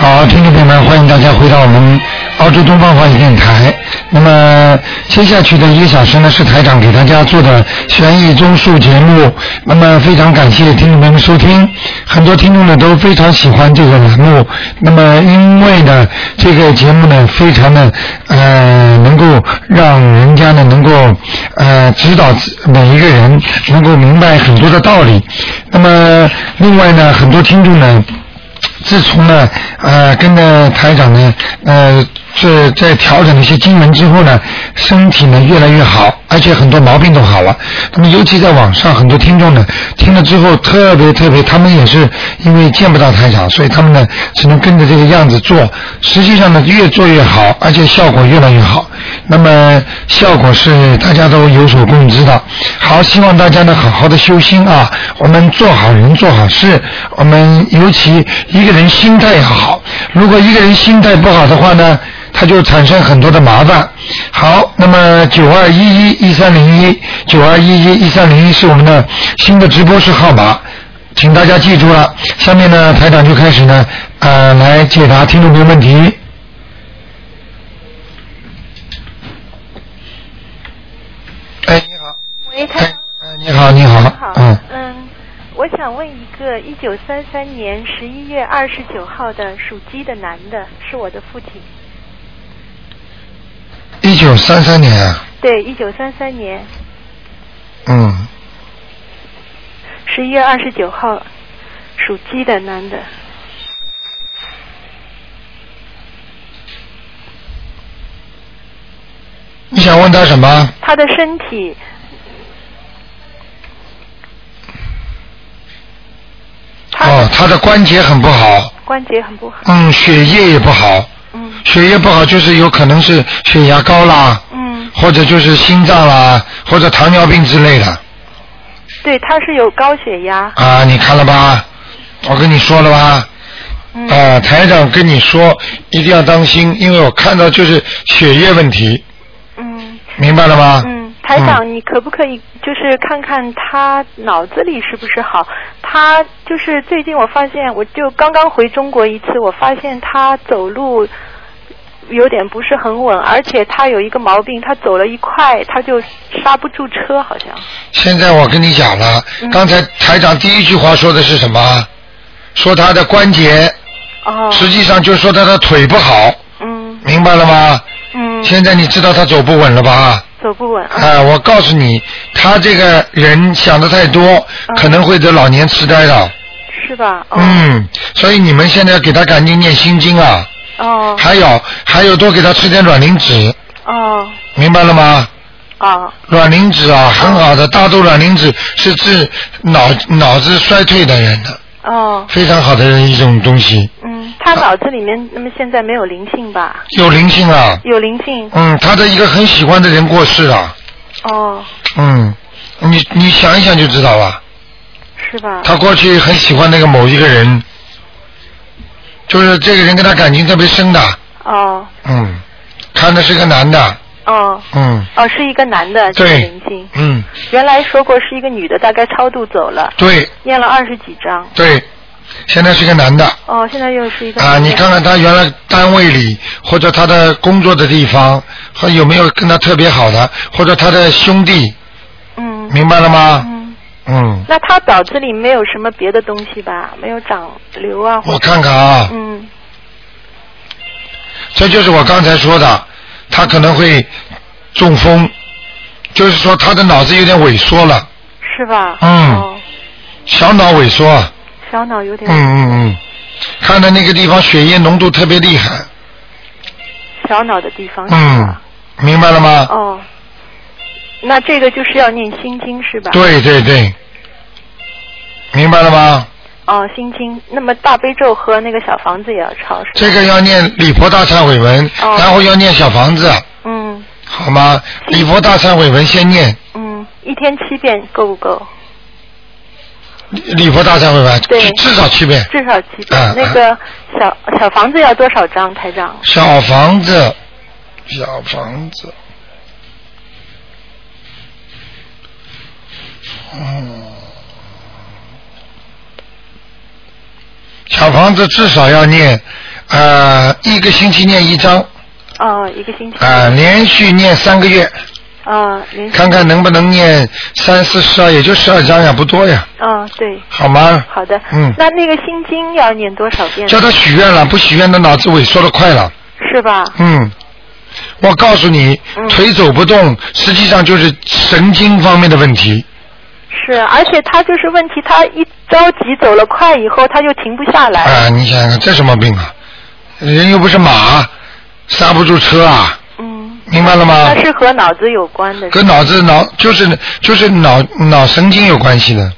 好，听众朋友们，欢迎大家回到我们澳洲东方华语电台。那么接下去的一个小时呢，是台长给大家做的悬疑综述节目。那么非常感谢听众朋友们收听，很多听众呢都非常喜欢这个栏目。那么因为呢，这个节目呢，非常的呃，能够让人家呢能够呃指导自每一个人能够明白很多的道理。那么另外呢，很多听众呢。自从呢，呃，跟着台长呢，呃，这在调整了一些经文之后呢，身体呢越来越好，而且很多毛病都好了。那么尤其在网上，很多听众呢听了之后特别特别，他们也是因为见不到台长，所以他们呢只能跟着这个样子做。实际上呢，越做越好，而且效果越来越好。那么 效果是大家都有所共知的。好，希望大家呢好好的修心啊，我们做好人做好事，我们尤其一个人心态要好。如果一个人心态不好的话呢，他就产生很多的麻烦。好，那么九二一一一三零一九二一一一三零一是我们的新的直播室号码。请大家记住了，下面呢，台长就开始呢，呃，来解答听众朋友问题。哎，你好，喂，台长哎，你好，你好，好，嗯，嗯，我想问一个一九三三年十一月二十九号的属鸡的男的，是我的父亲。一九三三年啊，对，一九三三年嗯，十一月二十九号属鸡的男的，你想问他什么？他的身体他哦，他的关节很不好，关节很不好。嗯，血液也不好，嗯血液不好就是有可能是血压高啦，嗯，或者就是心脏啦，或者糖尿病之类的对，他是有高血压。啊，你看了吧？我跟你说了吧？嗯啊，台长跟你说一定要当心，因为我看到就是血液问题，嗯明白了吗？嗯，台长，你可不可以就是看看他脑子里是不是好？他就是最近我发现，我就刚刚回中国一次，我发现他走路有点不是很稳，而且他有一个毛病，他走了一块他就刹不住车，好像。现在我跟你讲了，嗯刚才台长第一句话说的是什么？说他的关节，哦，实际上就说他的腿不好，嗯明白了吗？嗯，现在你知道他走不稳了吧？走不稳啊，啊，我告诉你，他这个人想的太嗯多，可能会得老年痴呆哦的。是吧？哦、嗯，所以你们现在要给他赶紧念心经啊，哦还有还有多给他吃点卵磷脂，哦明白了吗？哦卵磷脂啊，很好的，大豆卵磷脂是治脑脑子衰退的人的，哦，非常好的一种东西，嗯，他脑子里面那么现在没有灵性吧？有灵性啊。有灵性嗯，他的一个很喜欢的人过世了，哦，嗯，你你想一想就知道了，是吧？他过去很喜欢那个某一个人，就是这个人跟他感情特别深的，哦嗯，看的是个男的，哦嗯哦，是一个男的，这个对灵性。嗯，原来说过是一个女的，大概超度走了，对念了二十几章。对，现在是个男的。哦，现在又是一个啊，男的你看看他原来单位里，或者他的工作的地方，和有没有跟他特别好的，或者他的兄弟，嗯明白了吗？嗯，嗯，那他脑子里没有什么别的东西吧？没有长瘤啊？或我看看啊，嗯这就是我刚才说的，他可能会中风，就是说他的脑子有点萎缩了，是吧？嗯哦，小脑萎缩，小脑有嗯点、嗯嗯，看到那个地方血液浓度特别厉害，小脑的地方。哦是嗯吧，明白了吗？哦，那这个就是要念心经是吧？。对对对，明白了吗？哦，心经。那么大悲咒和那个小房子也要抄是吧？这个要念礼佛大忏悔文，哦然后要念小房子，嗯。好吗？礼佛大忏悔文先念，嗯，一天七遍够不够？礼礼佛大忏悔文对至至少七遍。至少七遍。嗯那个小小房子要多少张，台长？小房子，小房子，嗯，小小房子至少要念，呃，一个星期念一张，啊、哦，一个星期。连续念三个月，啊，连续。啊看看能不能念三四十二，也就十二张呀，不多呀，啊，对，好吗？好的。嗯那那个心经要念多少遍呢？叫他许愿了，不许愿的脑子萎缩的快了。是吧？嗯，我告诉你，嗯腿走不动，实际上就是神经方面的问题。是，而且他就是问题，他一着急走了快以后，他就停不下来。啊，你想想看，这什么病啊？人又不是马，刹不住车啊，嗯，明白了吗那？是和脑子有关的。啊跟脑子脑就是就是脑脑神经有关系的。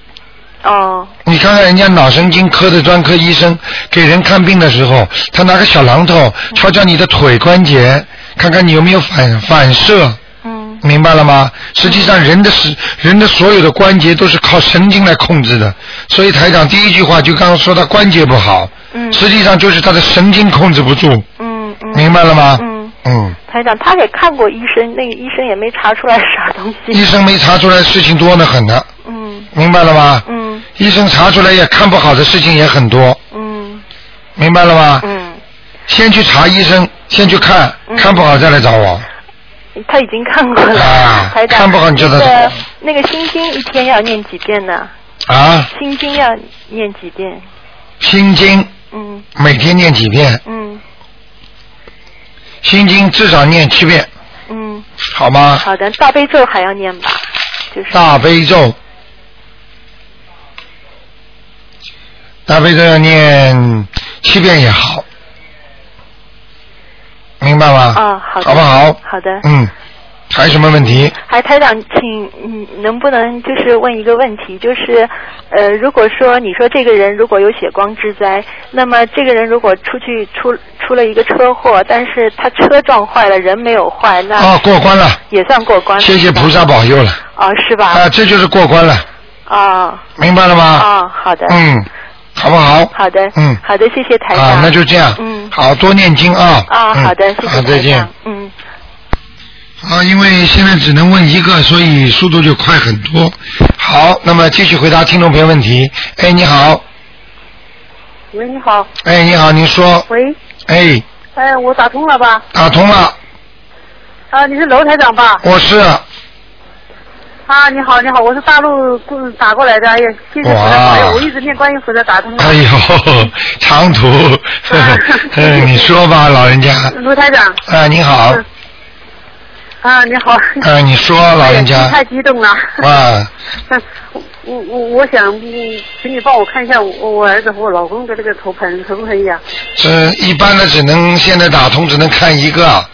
哦，你看看人家脑神经科的专科医生给人看病的时候，他拿个小榔头敲敲你的腿关节，看看你有没有反反射，嗯，明白了吗？实际上人的是人的所有的关节都是靠神经来控制的，所以台长第一句话就刚刚说他关节不好，嗯，实际上就是他的神经控制不住，嗯嗯，明白了吗？嗯，嗯，台长，他也看过医生，那个医生也没查出来啥东医西。生没查出来事情多得很呢，嗯明白了吗？嗯医生查出来也看不好的事情也很多，嗯明白了吗？嗯，先去查医生，先去看，嗯看不好再来找我。他已经看过了。啊台长，看不好你就那得个那个心经一天要念几遍呢？啊，心经要念几遍？心经嗯每天念几遍？嗯心经至少念七遍，嗯，好吗？好的，大悲咒还要念吧，就是。啊大悲咒，大悲咒要念七遍也好，明白吗？啊，好的，好不好？好的，嗯，还有什么问题？还台长，请嗯，能不能就是问一个问题，就是呃，如果说你说这个人如果有血光之灾，那么这个人如果出去出出了一个车祸，但是他车撞坏了，人没有坏，那啊，过关了，也算过关，谢谢菩萨保佑了啊，是吧？啊，这就是过关了，哦啊明白了吗？啊，好的，嗯，好不好？好的，嗯好的，谢谢台长，啊，那就这样。嗯好多念经啊。哦啊，嗯好的，谢谢好，再台见长。，嗯，啊，因为现在只能问一个，所以速度就快很多。好，那么继续回答听众朋友问题。哎，你好，喂，你好。哎，你好，您说，喂，哎，哎，我打通了吧？打通了，啊，你是楼台 长吧？我是，哎啊，你好，你好，我是大陆过打过来的。哎呀，谢谢菩萨哇保佑，我一直念观音菩萨打通了。哎呦，长途，呵呵嗯，你说吧，老人家，卢台长，啊，你好，嗯啊，你好。啊，你说， 老人 哎呀你家，太激动了。啊，我 我我想，嗯请你帮我看一下我我儿子和我老公的这个头盆可不可以啊？这一般的只能现在打通只能看一个。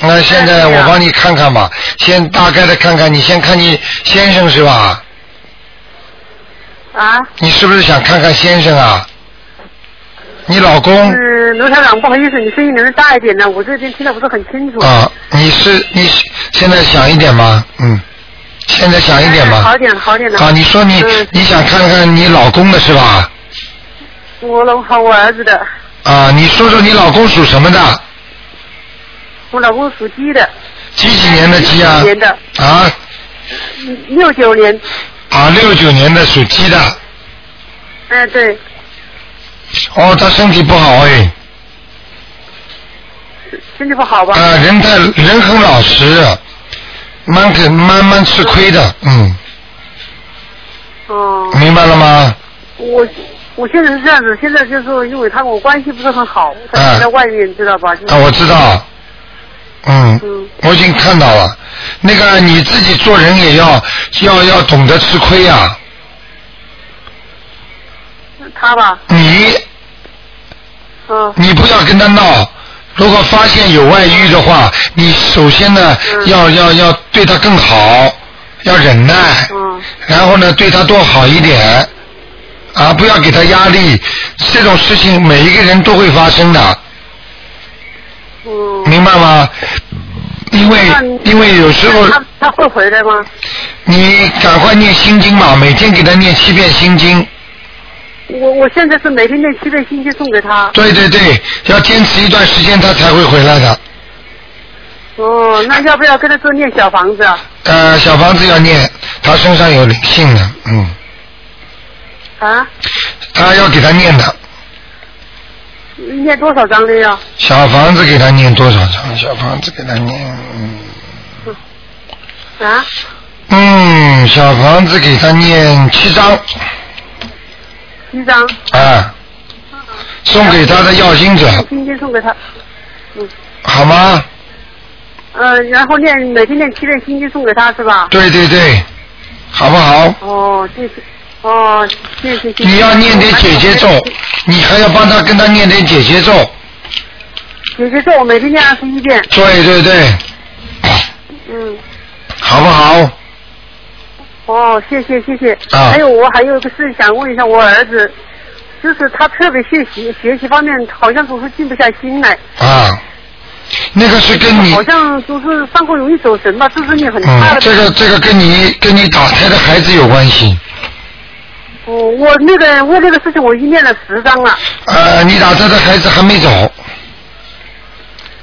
那现在我帮你看看吧，先大概的看看，你先看你先生是吧？啊，你是不是想看看先生啊？你老公嗯，卢台长，不好意思，你声音能大一点呢，我这边听得不是很清楚。啊，你是你是现在想一点吗？嗯，现在想一点哎吗好？点了，好点了。啊，你说你嗯你想看看你老公的是吧？我老好，我儿子的，啊，你说说你老公属什么的？我老公属鸡的，几几年的鸡啊几？年的，啊六九年，啊，六九年的属鸡的。哎，对，哦，他身体不好哎，身体不好吧？啊，人太人很老实，蛮肯蛮蛮吃亏的，嗯，哦，明白了吗？我我现在是这样子，现在就是因为他跟我关系不是很好，哎他在外面，知道吧？就是啊，我知道，嗯，嗯我已经看到了。那个你自己做人也要要要懂得吃亏呀、啊。他吧，你嗯你不要跟他闹，如果发现有外遇的话，你首先呢嗯要要要对他更好，要忍耐，嗯然后呢对他多好一点，啊，不要给他压力。这种事情每一个人都会发生的。嗯。明白吗？因为那你因为有时候他他会回来吗？你赶快念心经嘛，每天给他念七遍心经。我我现在是每天念七遍心经送给他。对对对，要坚持一段时间，他才会回来的。哦，那要不要跟他说念小房子啊？呃，小房子要念，他身上有灵性的，嗯，啊？他要给他念的，念多少章的呀？小房子给他念多少张？小房子给他念，嗯啊，嗯，小房子给他念七张七张。啊，送给他的要经者，今天送给他，好吗？嗯、然后念每天念七遍心经送给他是吧？对对对，好不好？哦，谢谢，哦，谢谢。谢谢你要念点姐姐咒，你还要帮他跟他念点姐姐咒。姐姐咒我每天念二十一遍，对对对，嗯。好不好？哦，谢谢谢谢。啊还有我还有一个事想问一下我儿子，就是他特别学习，学习方面好像总是静不下心来，啊，那个是跟你好像总是上课容易走神吧，自制力很差嗯，的。这个这个跟你跟你打胎的孩子有关系。哦，我那个我那个事情我已经念了十章了，呃，你打胎的孩子还没走，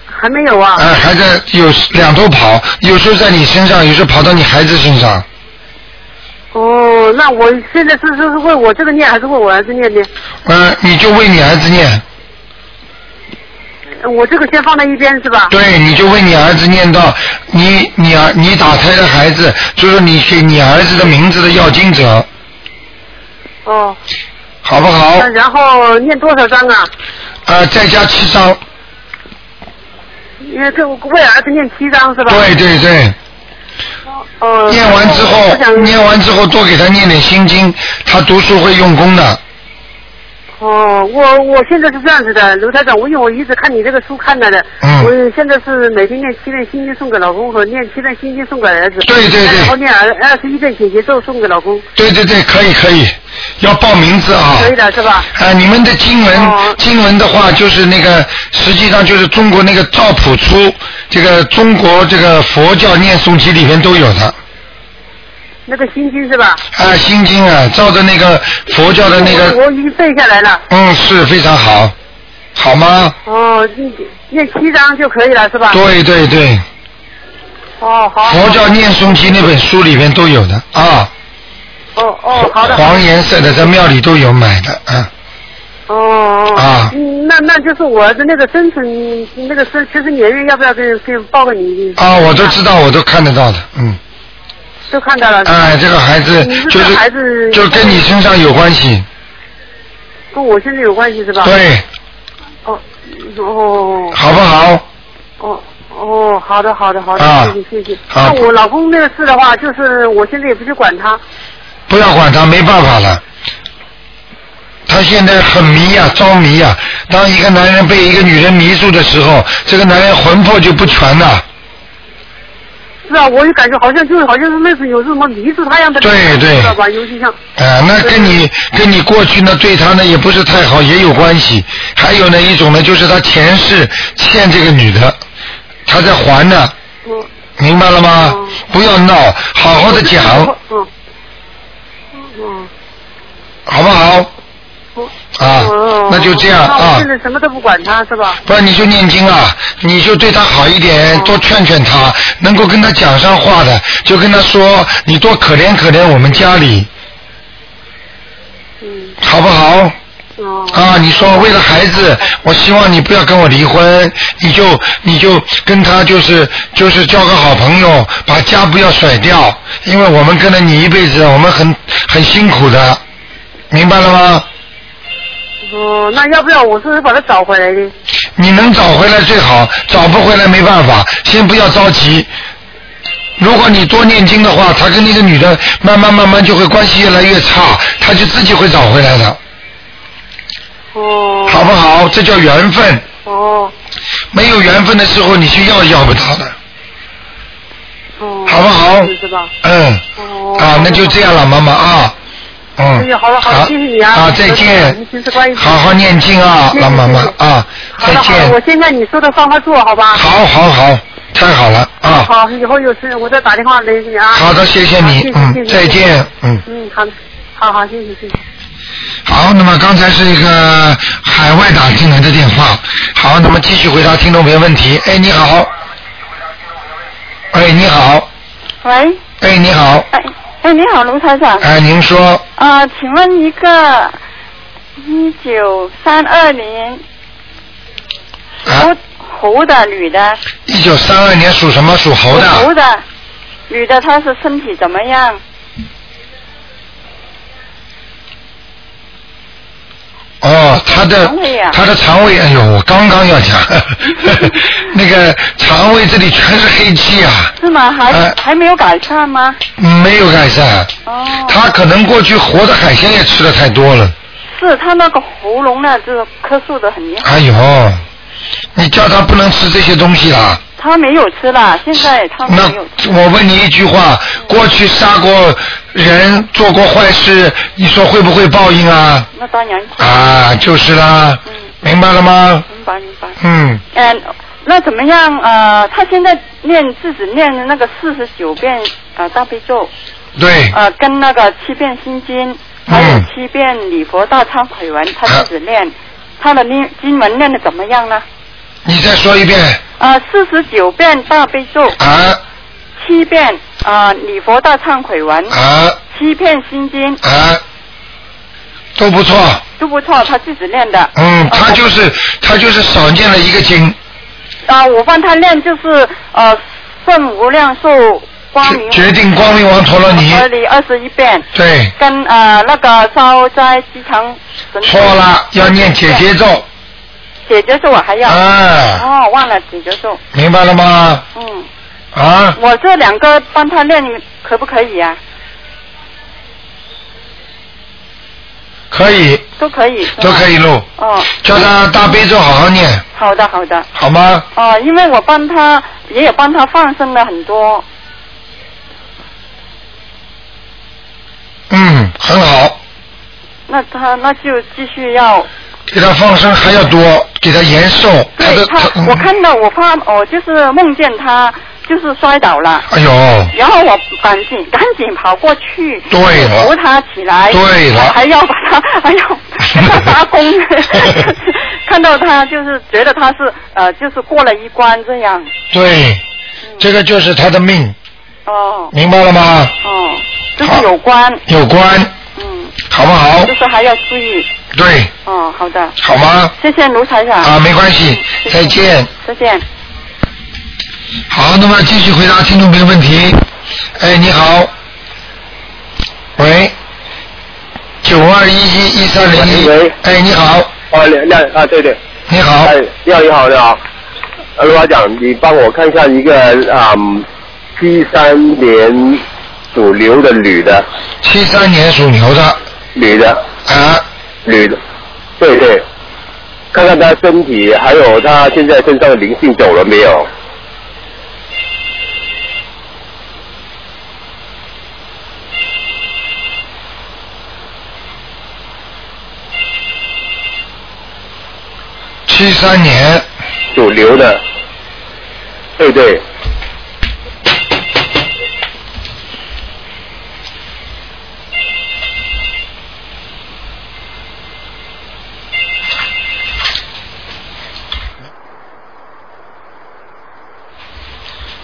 还没有啊。呃，还在有两头跑，有时候在你身上，有时候跑到你孩子身上。哦，那我现在是是是为我这个念还是为我儿子念呢？呃，你就为你儿子念，呃我这个先放在一边是吧？对，你就为你儿子念到你你儿你打胎的孩子，就是你给你儿子的名字的要经者，哦，好不好？那呃然后念多少章啊？呃，再加七张，因为这为儿子念七章是吧？对对对，哦。念完之我后，想念完之后多给他念点心经，他读书会用功的。哦，我我现在是这样子的，卢台长，我因为我一直看你这个书看来的，嗯我现在是每天念七遍心经送给老公和念七遍心经送给儿子，对对哦对然后念二二十一遍姐姐咒送给老公，对对对，可以可以，要报名字啊。可以的是吧？啊，你们的经文、哦经文的话，就是那个，实际上就是中国那个赵朴初，这个中国这个佛教念诵集里面都有的。那个心经是吧？啊，心经啊，照着那个佛教的那我个，我已经背下来了，嗯，是非常好，好吗？哦，念念七章就可以了是吧？对对对，哦，好。佛教念诵集那本书里面都有的啊，哦哦，好的。黄颜色的在庙里都有买的啊。哦哦。啊嗯，那那就是我的那个生辰，那个生其实年月要不要跟跟报个名？啊，我都知道，我都看得到的，嗯。都看到了。哎，这个孩子你是就这是孩子嗯就跟你身上有关系，跟我现在有关系是吧？。对，哦，哦，好不好？哦，哦，好的，好的，好的，啊谢谢，谢谢。好那我老公那个事的话，就是我现在也不去管他。不要管他，没办法了。他现在很迷呀、着迷呀、当一个男人被一个女人迷住的时候，这个男人魂魄就不全了。是啊，我就感觉好像就是好像是类似有什么迷住他一样的，对对知道吧？尤其像，啊，那跟你跟你过去呢，对他呢也不是太好，也有关系。还有呢一种呢，就是他前世欠这个女的，他在还呢，嗯，明白了吗？哦不要闹，好好的讲，嗯，嗯，好不好？嗯，啊哦，那就这样那我啊现，在什么都不管他是吧？不然你就念经啊，你就对他好一哦点，多劝劝他，能够跟他讲上话的，就跟他说你多可怜可怜我们家里，嗯，好不好？哦，啊，你说为了孩子，我希望你不要跟我离婚，你就你就跟他就是就是交个好朋友，把家不要甩掉，因为我们跟了你一辈子，我们很很辛苦的，明白了吗？哦，那要不要我是不是把他找回来呢？你能找回来最好，找不回来没办法，先不要着急。如果你多念经的话，他跟那个女的慢慢慢慢就会关系越来越差，他就自己会找回来的，哦，好不好？这叫缘分，哦，没有缘分的时候你去要也要不到的，哦，好不好是吧？嗯，哦，啊，那就这样了，妈妈啊，哎嗯呀，好了好了，谢谢你啊！啊，再见您，平时关心。好好念经啊，谢谢老妈妈谢谢啊，好再了好了，我见，先按你说的方法做，好吧？啊好好好，太好了啊，好，以后有事我再打电话给你啊。好的，谢谢你谢，谢嗯谢，谢再见，嗯。嗯，好的，好好，谢谢谢谢。好，那么刚才是一个海外打进来的电话。好，那么继续回答听众朋友问题。哎，你好。哎，你好。喂，哎，你好。哎哎，你好，卢台长。哎，您说啊、请问一个一九三二年啊猴的女的，一九三二年属什么？属猴的。猴的女的，她是身体怎么样？哦，他的肠胃啊他的肠胃，哎呦，我刚刚要讲， 那个肠胃这里全是黑气啊，是吗？还、呃还没有改善吗？没有改善。哦，他可能过去活的海鲜也吃的太多了。是她那个喉咙呢，就是咳嗽的很厉害。哎呦，你叫他不能吃这些东西啦。她没有吃了，现在她没那有吃。我问你一句话：过去杀过人、做过坏事，你说会不会报应啊？那当然，啊，就是啦，嗯，明白了吗？明白明白。嗯，嗯，那怎么样？呃，她现在念自己念的那个四十九遍呃大悲咒，对，呃，跟那个七遍心经，还有嗯七遍礼佛大忏悔文，她自己念。她的念经文念的怎么样呢？你再说一遍呃，四十九遍大悲咒，啊七遍啊、呃、礼佛大忏悔文，啊七遍心经啊，都不错。都不错，她自己念的。嗯，他呃就是他就是少念了一个经，啊、我帮她念就是呃顺无量寿光明决决定光明王陀罗尼。二里二十一遍。对，跟呃那个消灾吉祥神咒错了，要念姐姐咒。解决咒我还要、啊，哦，忘了解决咒，明白了吗？嗯，啊，我这两个帮他练可不可以啊？可以，都可以，是吧都可以录。哦，叫他大悲咒好好念，好的好的，好吗？哦，因为我帮他也有帮他放生了很多，嗯，很好。那他那就继续要，给他放生还要多，给他延寿。他对的他他，嗯我看到我怕我就是梦见他就是摔倒了。哎呦，然后我赶紧赶紧跑过去，对了扶他起来，对了还要把他， 哎 还要跟他搭公， 看到他就是觉得他是呃，就是过了一关这样，对，这个就是他的命，哦明白了吗？哦，就是有关，有关，嗯，好不好就？是还要注意，对，哦，好的，好吗？谢谢卢台长，啊，没关系，再见。再见。好，那么继续回答听众朋友问题。哎，你好，喂，九二一一一三零一喂，哎，你好，啊，两两啊，对对，你好，哎，你好，你好，你好，呃，罗台长，你帮我看一下一个啊，七、三年属牛的女的，七三年属牛的，女的，啊，女的，对对，看看她身体，还有她现在身上的灵性走了没有？七三年，属牛的，对对，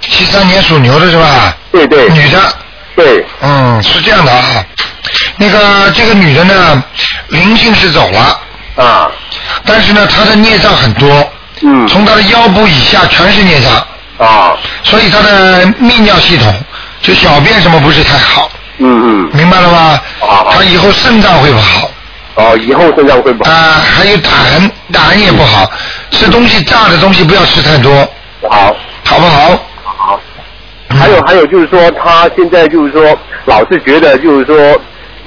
七三年属牛的是吧？对对，女的，对，嗯，是这样的啊，那个这个女的呢，灵性是走了，啊，但是呢，她的孽障很多，嗯，从她的腰部以下全是孽障。啊，所以他的泌尿系统就小便什么不是太好，嗯嗯，明白了吗？啊他以后肾脏会不好哦，以后身上会不啊、还有胆胆也不好，吃东西炸的东西不要吃太多，好，好不好？好。还嗯有还有就是说，他现在就是说，老是觉得就是说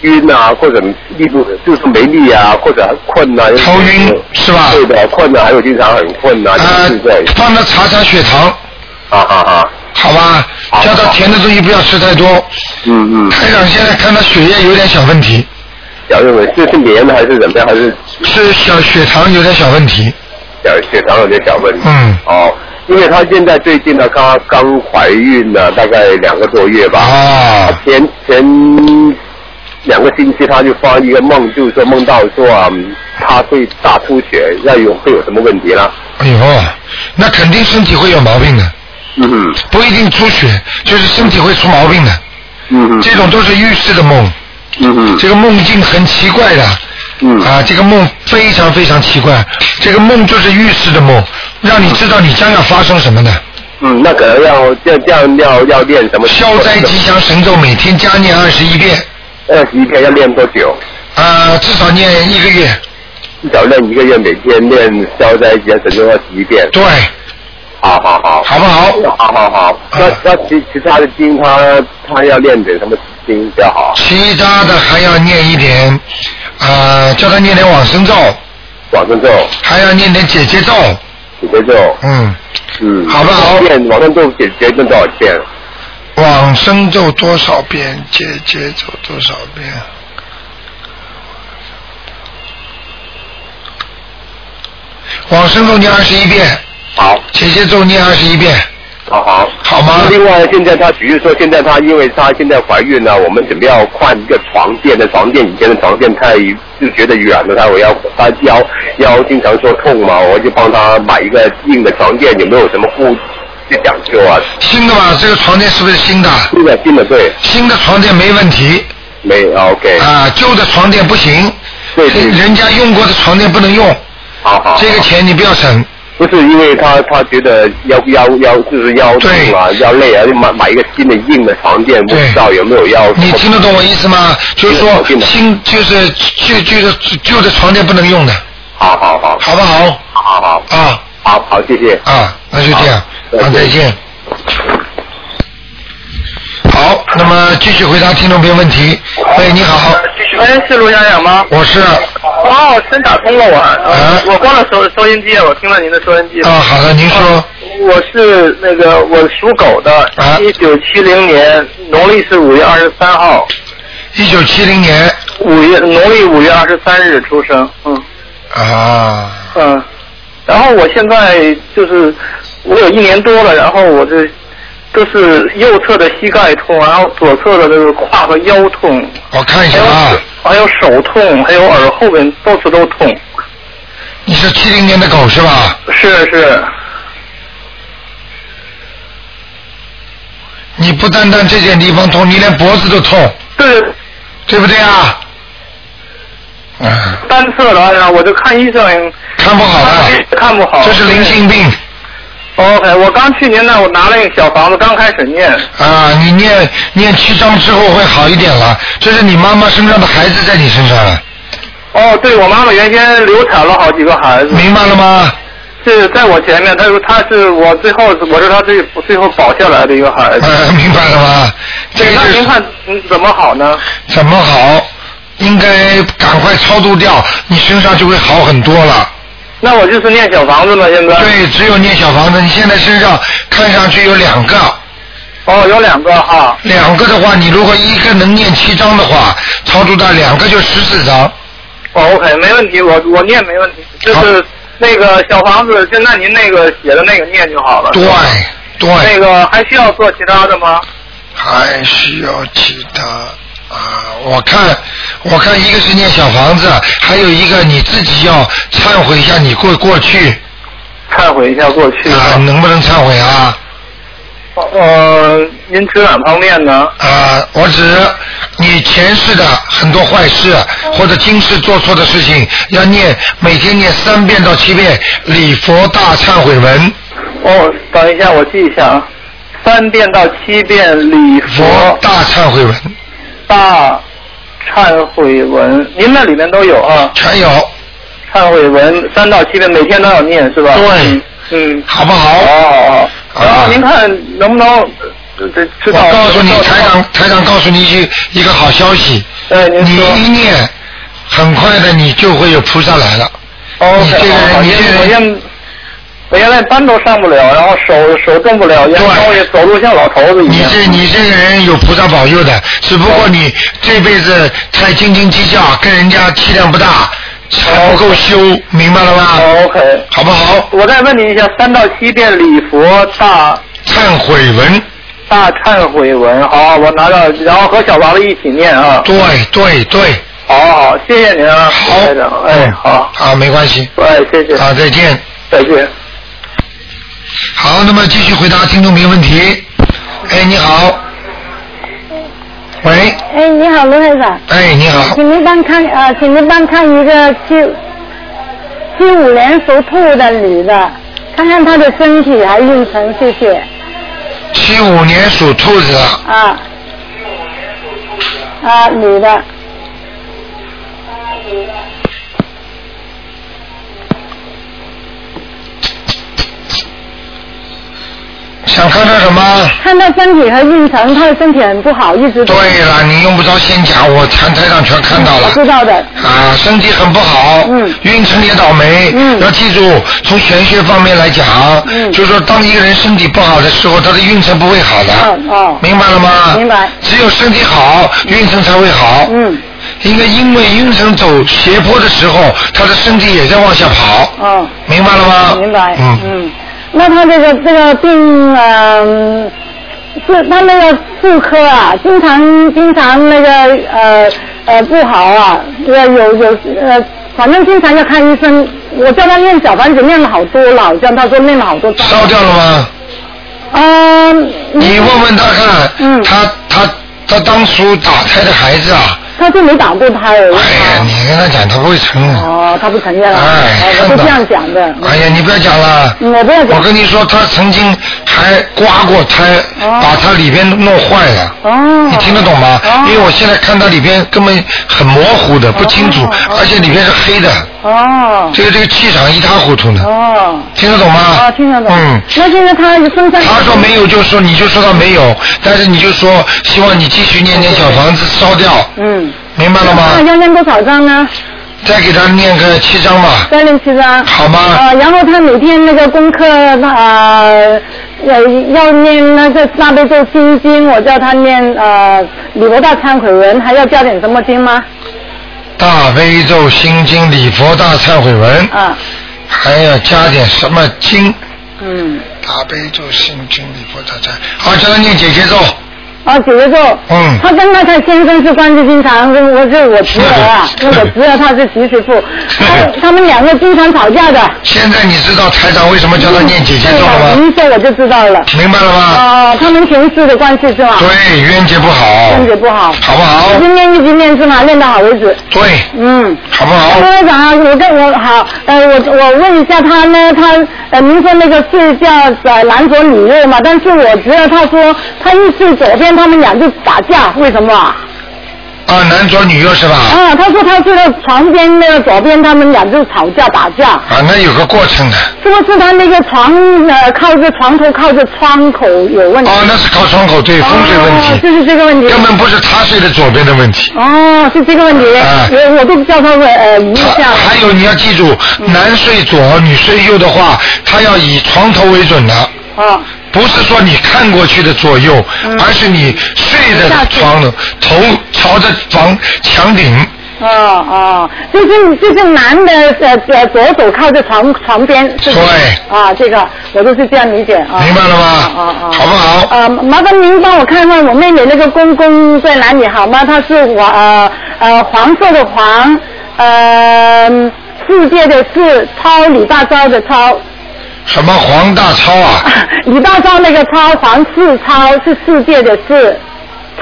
晕啊，或者力不就是没力啊，或者困啊，头晕是吧？对的，困啊，还有经常很困啊，啊、就是在帮他查查血糖，啊啊啊，好吧？好叫他甜的东西不要吃太多。嗯嗯，台长现在看他血液有点小问题，小认为这是黏的还是怎么样，还是是小血糖有点小问题。小血糖有点小问题？嗯哦，因为他现在最近呢，他刚怀孕了，大概两个多月吧。啊前前两个星期，他就发一个梦，就是说梦到说啊，嗯他会大出血，那有会有什么问题啦？哎呦，那肯定身体会有毛病的，嗯不一定出血，就是身体会出毛病的。嗯这种都是预示的梦，嗯这个梦境很奇怪的，嗯啊，这个梦非常非常奇怪，这个梦就是预示的梦，让你知道你将要发生什么的。嗯，那可能要这这样要要练什么？消灾吉祥神咒每天加念二十一遍，二十呃一天要练多久？呃，至少念一个月。至少练一个月，每天练消灾吉祥神咒二十一遍。对，好好好，好嗯不好？好好好。那那其其他的经，他他要练点什么经比较好？其他的还要念一点，呃，叫他念点往生咒，往生咒、还要念点姐姐咒，解结咒，嗯，嗯，好不好练往生咒解结咒多少遍？往生咒多少遍，姐姐咒多少遍？往生咒念二十一遍，好，姐姐咒念二十一遍，好好。好吗？另外，现在她比如说，现在她因为她现在怀孕了，我们准备要换一个床垫的床垫，以前的床垫太就觉得软了，她我要她腰腰经常说痛嘛，我呃就帮她买一个硬的床垫，有没有什么不这讲究啊？新的吧，这个床垫是不是新的？新的新的对，新的床垫没问题没 OK，、啊，旧的床垫不行，对对，人家用过的床垫不能用，好好。这个好钱你不要省。不是因为她她觉得腰腰腰就是腰痛啊，腰累啊，就买买一个新的硬的床垫，不对知道有没有要？你听得懂我意思吗？就是说听得懂听得懂新就是旧旧的旧的床垫不能用的，好好好，好不好？好好好，啊好好谢谢。啊，那就这样，好啊，再再见见。好，那么继续回答听众朋友问题。喂，你好，喂，是卢先生吗？我是啊，哦，真打通了我，啊呃我关了收收音机，我听了您的收音机。好的，您说，我是那个我属狗的啊，一九七零年，农历是五月二十三号，一九七零年五月农历五月二十三日出生，嗯啊，嗯，然后我现在就是我有一年多了，然后我这都是右侧的膝盖痛，然后左侧的这个胯和腰痛，我看一下还有、哎啊，还有手痛，还有耳后边到处都痛，你是七零年的狗是吧？是是。你不单单这件地方痛，你连脖子都痛，对，对不对啊？啊，单侧的，然后我就看医生，看不好啊了，看不好。这是灵性病 OK，我哦哎刚去您那，我拿了一个小房子，刚开始念。啊！你念念七章之后会好一点了，这是你妈妈身上的孩子在你身上了，哦，对，我妈妈原先流产了好几个孩子，明白了吗？是在我前面，她说她是我最后，我是她最最后保下来的一个孩子。呃， 明白了吗？这对，个那就是您看嗯怎么好呢？怎么好？应该赶快超度掉，你身上就会好很多了。那我就是念小房子嘛，现在。。对，只有念小房子，你现在身上看上去有两个，哦，有两个哈。两个的话，你如果一个能念七章的话，超度到两个就十四章。哦，OK，没问题，我我念没问题，就好是那个小房子，就那您那个写的那个念就好了。对是吧那对，个还需要做其他的吗？还需要其他啊？我看我看一个是念小房子，还有一个你自己要忏悔一下你过过去忏悔一下过去的啊，能不能忏悔啊？呃，您指哪方面呢？啊，我指你前世的很多坏事或者今世做错的事情，要念每天念三遍到七遍礼佛大忏悔文。哦，等一下，我记一下啊。三遍到七遍礼佛佛大忏悔文大忏悔文，您那里面都有啊。全有，忏悔文三到七遍，每天都要念是吧？对，嗯。好不好好？好好。然啊后您看能不能呃这知道？我告诉你，知道台长，台长告诉你一句一个好消息，哎，您你说。一念，很快的你就会有菩萨来了。哦，你这个人好好你这个我人现我现在班都上不了，然后手手动不了，然后也走路像老头子一你样。这你这个人有菩萨保佑的，只不过你这辈子太斤斤计较，跟人家气量不大，还不够修，明白了吗？哦 OK，好不好？我再问您一下，三到七遍礼佛大忏悔文，大忏悔文，好，我拿到，然后和小王子一起念啊。对对对，好好，谢谢您啊，好台长，哎，好，啊，没关系，哎，谢谢，啊，再见。再见。好，那么继续回答听众朋友问题。哎，你好。喂，哎，你好，卢台长，哎，你好，请您帮看啊、呃，请您帮看一个七七五年属兔的女的，看看他的身体还运程，谢谢。七五年属兔子的，啊啊，女的，想看看什么？看他身体和运程，他的身体很不好，一直对了，你用不着先讲，我谈台上全看到我嗯了。知道的，啊，身体很不好，嗯运程也倒霉，嗯要记住，从玄学方面来讲，嗯就是说当一个人身体不好的时候，他的运程不会好的，嗯哦，明白了啊吗？明白。只有身体好，运程才会好。嗯因为因为运程走斜坡的时候，他的身体也在往下跑，哦，明白了啊吗？明白，嗯。嗯，那他这个这个病，嗯、是他那个妇科啊，经常经常那个呃呃不好啊，这个有有呃，反正经常要看医生。我叫他念小房子，念了好多了，我叫他说念了好多张。烧掉了吗？嗯，你问问他看，嗯他他他当初打胎的孩子啊，他就没打过胎而已哎呀，啊。你跟他讲他不会承认。哦，他不承认了，哎哦，看我是到这样讲的。哎呀，你不要讲了。嗯我不要讲我跟你说，他曾经还刮过胎，哦把他里边弄坏了。哦，你听得懂吗？哦因为我现在看它里边根本很模糊的，不清楚，哦哦而且里边是黑的，哦这个这个气场一塌糊涂的，哦。听得懂吗？啊，听得懂。嗯，那现在他身上他说没有就说你就说他没有，但是你就说希望你继续念念小房子烧掉，嗯。明白了那吗？要念多少张呢？再给他念个七章吧，三六七张。好吗？呃，然后他每天那个功课，呃，呃，要念那个大悲咒心经，我叫他念呃礼佛大忏悔文，还要加点什么经吗？嗯大悲咒心经礼佛大忏悔文，啊，还要加点什么经？嗯，大悲咒心经礼佛大忏，好，叫他念姐姐咒。哦，姐姐咒，嗯，他跟那他先生是关系经常，我我是我侄儿啊那我侄儿他是媳媳妇，他他们两个经常吵架的。 现在你知道台长为什么叫他念姐姐咒了对吗？你一说我就知道了。明白了吗？哦，他们前世的关系是吗？对，冤结不好，身体不好。好不好一？直念一直念是吗？念到好为止。对，嗯。好不那好？台长啊，我跟我好，呃，我我问一下他呢，他呃，您说那个是叫呃男左女右嘛？但是我侄儿他说他一睡左边，他们俩就打架，为什么啊？啊，男左女右是吧？啊，他说他睡到床边那个左边，他们俩就吵架打架，啊，那有个过程的。是不是他那个床呃靠着床头靠着窗口有 问题？哦，那是靠窗口，对，风水哦问就题，是这个问题。根本不是他睡的左边的问题。哦，是这个问题，哎我我都叫他们呃移一他下。还有你要记住，嗯男睡左，女睡右的话，他要以床头为准的，哦不是说你看过去的左右，嗯而是你睡在床头，头朝着房墙顶。哦哦，就是就是男的呃呃左手靠着床床边，是不是对啊，这个我就是这样理解啊。明白了吗哦哦，好不好呃，麻烦您帮我看看我妹妹那个公公在哪里好吗？他是黄呃呃黄色的黄，呃世界的世，超李大钊的超，什么黄大超啊？李大钊那个超，黄世超是世界的世，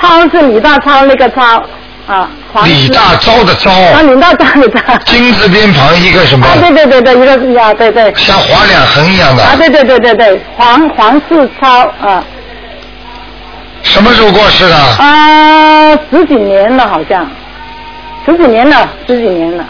超是李大钊那个超啊，黄世李大钊的啊钊，李大钊李大。金字边旁一个什么啊，？对对对对，一个啊，对对，像划两横一样啊，的。对对对对对，黄黄世超啊，什么时候过世的？啊，十几年了好像，十几年了，十几年了，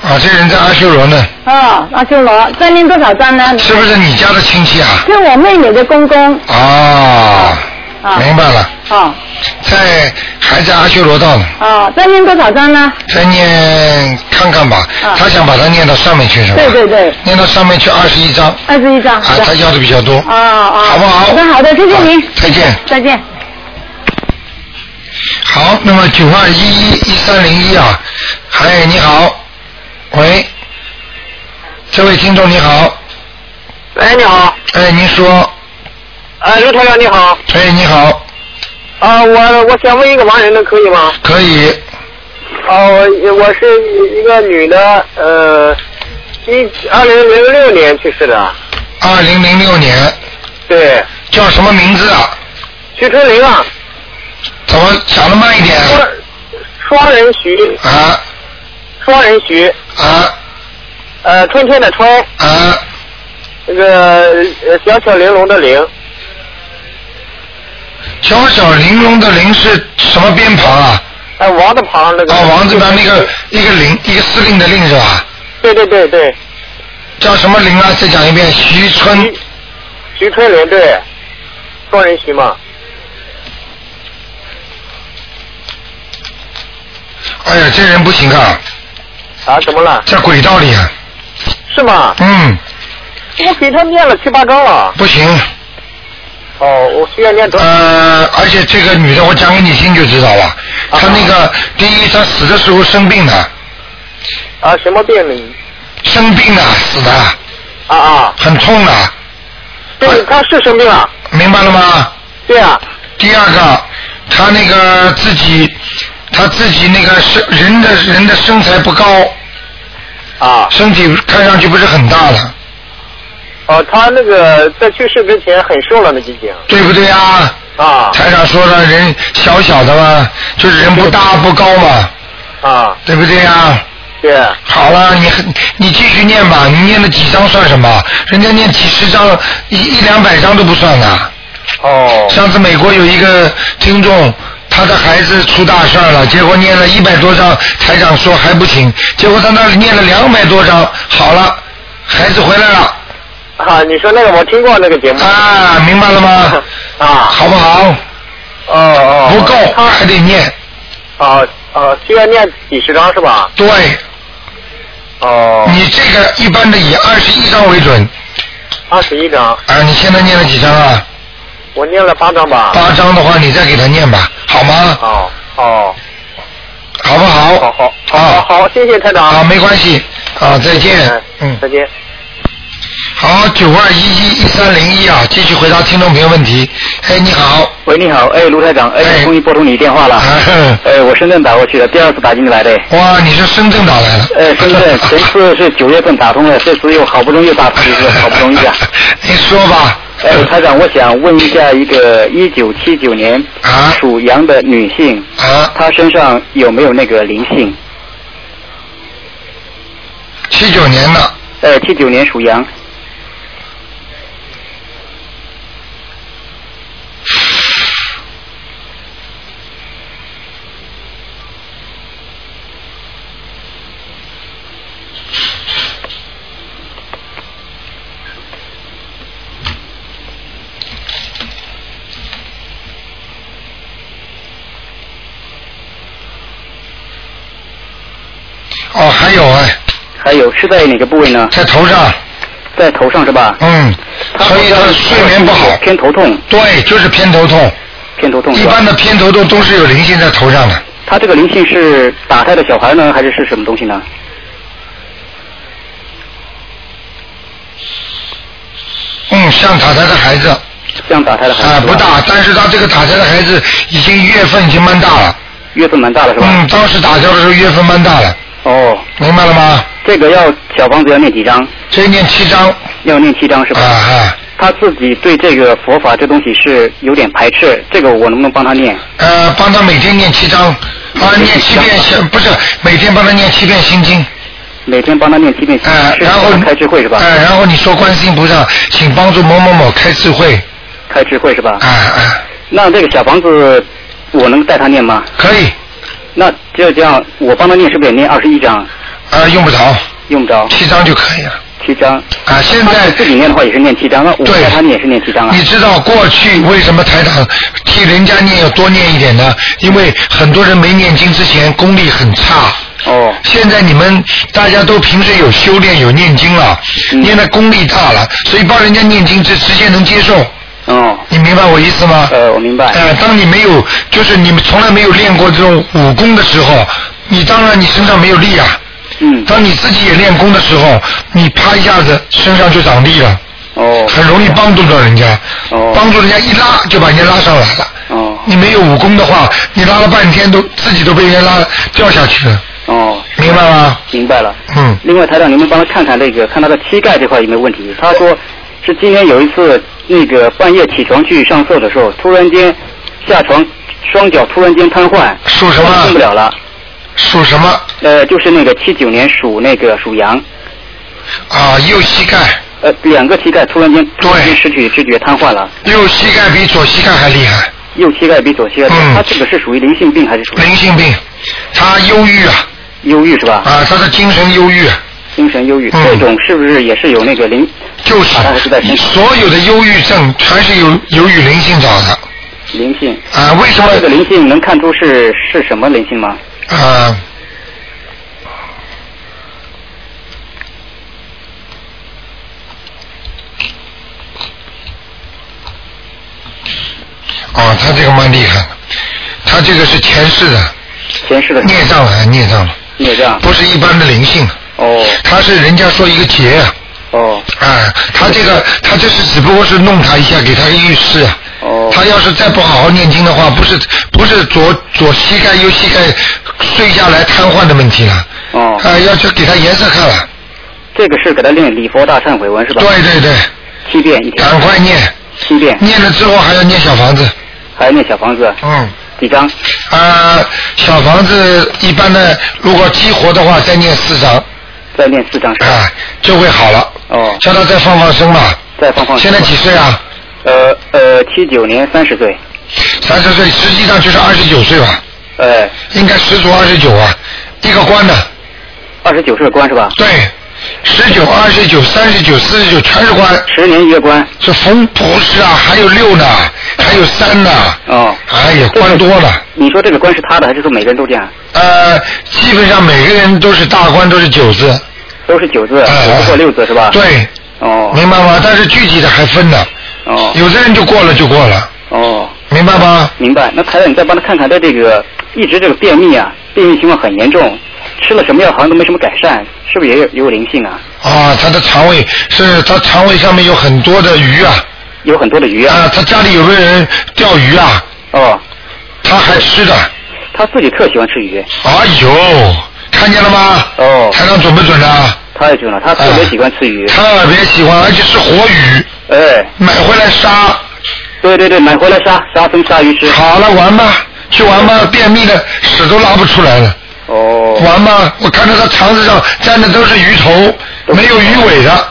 啊，这人在阿修罗呢，啊，阿修罗，再念多少章呢？是不是你家的亲戚啊？是我妹妹的公公，啊，啊明白了，啊在还在阿修罗道呢，啊，再念多少章呢？再念看看吧啊。他想把它念到上面去是吧？对对对，念到上面去二十一章，啊，二十一章，好他的，要的比较多。啊啊，好不好好的好的，谢谢您啊，再见再见。好，那么九二一一一三零一啊，嗨，你好，喂，这位听众你好，哎，你好，哎，您说，哎，刘团长你好，哎，你好，啊、我我想问一个盲人的可以吗？可以，啊、哦我我是一个女的，呃，一二零零六年去世的，二零零六年。对。叫什么名字啊？徐春玲啊。怎么讲的慢一点？双人徐。啊。双人徐。啊。呃，春天的春。啊。那个呃小巧玲珑的玲，小小玲珑的玲是什么边旁啊？哎，王字旁那个。啊，王字旁那个一个令，一个司令的令是吧？对对对对，叫什么玲啊？再讲一遍，徐春徐春玲对，双人徐嘛。哎呀，这人不行啊，啊，怎么了？在轨道里啊。是吗？嗯，我给他念了七八章了。不行。哦，我需要念多少？呃，而且这个女的，我讲给你听就知道了。她那个第一，她死的时候生病的，啊，什么病呢？生病的死的，啊啊，很痛的，对，他是生病了。明白了吗？对啊，第二个，她那个自己，她自己那个身人的人的身材不高，啊，身体看上去不是很大的，哦，他那个在去世之前很瘦了呢，已经。对不对啊？啊台长说了，人小小的嘛，就是人不大不高嘛，啊，对不对呀？对，好了，你很你继续念吧，你念了几张算什么？人家念几十张，一一两百张都不算的。哦，上次美国有一个听众，他的孩子出大事儿了，结果念了一百多张，台长说还不行，结果他那里念了两百多张，好了，孩子回来了，啊，你说那个我听过那个节目啊，明白了 吗？ 啊，好不好？哦哦，不够他还得念，哦哦，需要念几十张是吧？对哦，你这个一般的以二十一张为准二十一张，啊，你现在念了几张啊？我念了八张吧。八张的话，你再给他念吧，好吗？哦哦，好不好？好好哦好啊好，谢谢台长。啊，没关系啊，再见，嗯，再见。好，九二一一一三零一啊，继续回答听众朋友问题。哎，你好，喂，你好，哎，卢台长，哎哎，终于拨通你电话了，啊哼哎，我深圳打过去的，第二次打进来 的，哇，你是深圳打来的？哎，深圳 前次是九月份打通的，这次又好不容易打通一次，好不容易 啊， 你说吧，哎，卢台长，我想问一下一个一九七九年啊属羊的女性，啊，她身上有没有那个灵性？七九年的，呃，七九年属羊，哦，还有哎，还有是在哪个部位呢？在头上，在头上是吧？嗯，所以他睡眠不好，偏头痛，对，就是偏头痛，偏头痛一是般吧？的偏头痛都是有灵性在头上的，她这个灵性是打胎的小孩呢，还是是什么东西呢？嗯，像打胎的孩子，像打胎的孩子啊，是不吧大，但是他这个打胎的孩子已经月份已经蛮大了，月份蛮大了是吧？嗯，当时打掉的时候月份蛮大了，哦，明白了吗？这个要小房子要念几张？这念七章，要念七张是吧？啊啊，他自己对这个佛法这东西是有点排斥，这个我能不能帮他念？呃，帮他每天念七章，啊，念七遍心，不是每天帮他念七遍心经，每天帮他念七遍心呃，是然后帮他开智慧是吧？呃，然后你说观世音菩萨，请帮助某某某开智慧，开智慧是吧？啊啊，那这个小房子我能带他念吗？可以，那就这样，我帮他念是不是也念二十一章？啊，用不着，用不着七章就可以了，七章。啊，现他在自己念的话也是念七章，那我对带他念也是念七章啊你。知道过去为什么台长替人家念要多念一点呢？因为很多人没念经之前功力很差。哦现在你们大家都平时有修炼有念经了，嗯念的功力大了，所以帮人家念经这直接能接受，哦，你明白我意思吗？呃，我明白。呃，当你没有就是你们从来没有练过这种武功的时候，你当然你身上没有力啊。嗯，当你自己也练功的时候，你啪一下子身上就长力了。哦，很容易帮助到人家，哦帮助人家一拉就把人家拉上来了。哦你没有武功的话，你拉了半天都自己都被人家拉掉下去了，哦，明白吗？明白了。嗯，另外，台长，您能帮他看看那个，看他的膝盖这块有没有问题？他说是今天有一次那个半夜起床去上厕所的时候，突然间下床，双脚突然间瘫痪，属什么？动不了了。属什么？呃，就是那个七九年属那个属羊。啊，右膝盖。呃，两个膝盖突然间突然间失去知觉，瘫痪了。右膝盖比左膝盖还厉害。右膝盖比左膝盖，嗯他这个是属于灵性病还是属于？灵性病，他忧郁啊。忧郁是吧？啊，他的精神忧郁，啊精神忧郁，嗯这种是不是也是有那个灵？就是啊是在身上所有的忧郁症全是由由于灵性找的。灵性。啊为什么它这个灵性能看出是是什么灵性吗？啊。哦，他这个蛮厉害的，他这个是前世的前世的孽障啊，孽障了，孽障。不是一般的灵性，哦他是人家说一个劫啊，哦啊，他这个他这是只不过是弄他一下，给他个预示啊。哦。他要是再不好好念经的话，不是不是左左膝盖右膝盖睡下来瘫痪的问题了，哦。啊，要去给他颜色看了。这个是给他念礼佛大忏悔文是吧？嗯对对对，七遍一天。赶快念，七遍，念了之后还要念小房子。还有那小房子嗯，几张？啊，小房子一般的，如果激活的话，再念四张再念四张是吧？啊，就会好了。哦，叫他再放放生吧。再放放。现在几？岁啊？呃呃，七九年三十岁，三十岁，实际上就是二十九岁吧，呃，应该十足二十九啊，一个关的。二十九岁关是吧？对，十九、二十九、三十九、四十九全是关，十年一个关。这逢不是啊，还有六呢，还有三呢，哦，哎呀，关多了。你说这个关是他的，还是说每个人都这样？呃，基本上每个人都是大关，都是九字，都是啊九字，哎有的过六字是吧？。对，哦明白吗？但是具体的还分呢，哦有的人就过了就过了，哦，明白吗？明白。那台长，你再帮他看看他这个一直这个便秘啊，便秘情况很严重，吃了什么药好像都没什么改善，是不是也有也有灵性啊？啊，他的肠胃是他肠胃上面有很多的鱼啊，有很多的鱼啊。啊，他家里有个人钓鱼啊，哦，他还吃的，他自己特喜欢吃鱼。哎呦，看见了吗？哦，台长准不准啊呢？太准了，他特哎别喜欢吃鱼。特别喜欢，而且是活鱼，哎，买回来杀，对对对，买回来杀杀生鲨鱼吃。好了玩吧，去玩吧，便秘的屎都拉不出来了，哦玩吧，我看到他肠子上沾的都是鱼头，没有鱼尾的，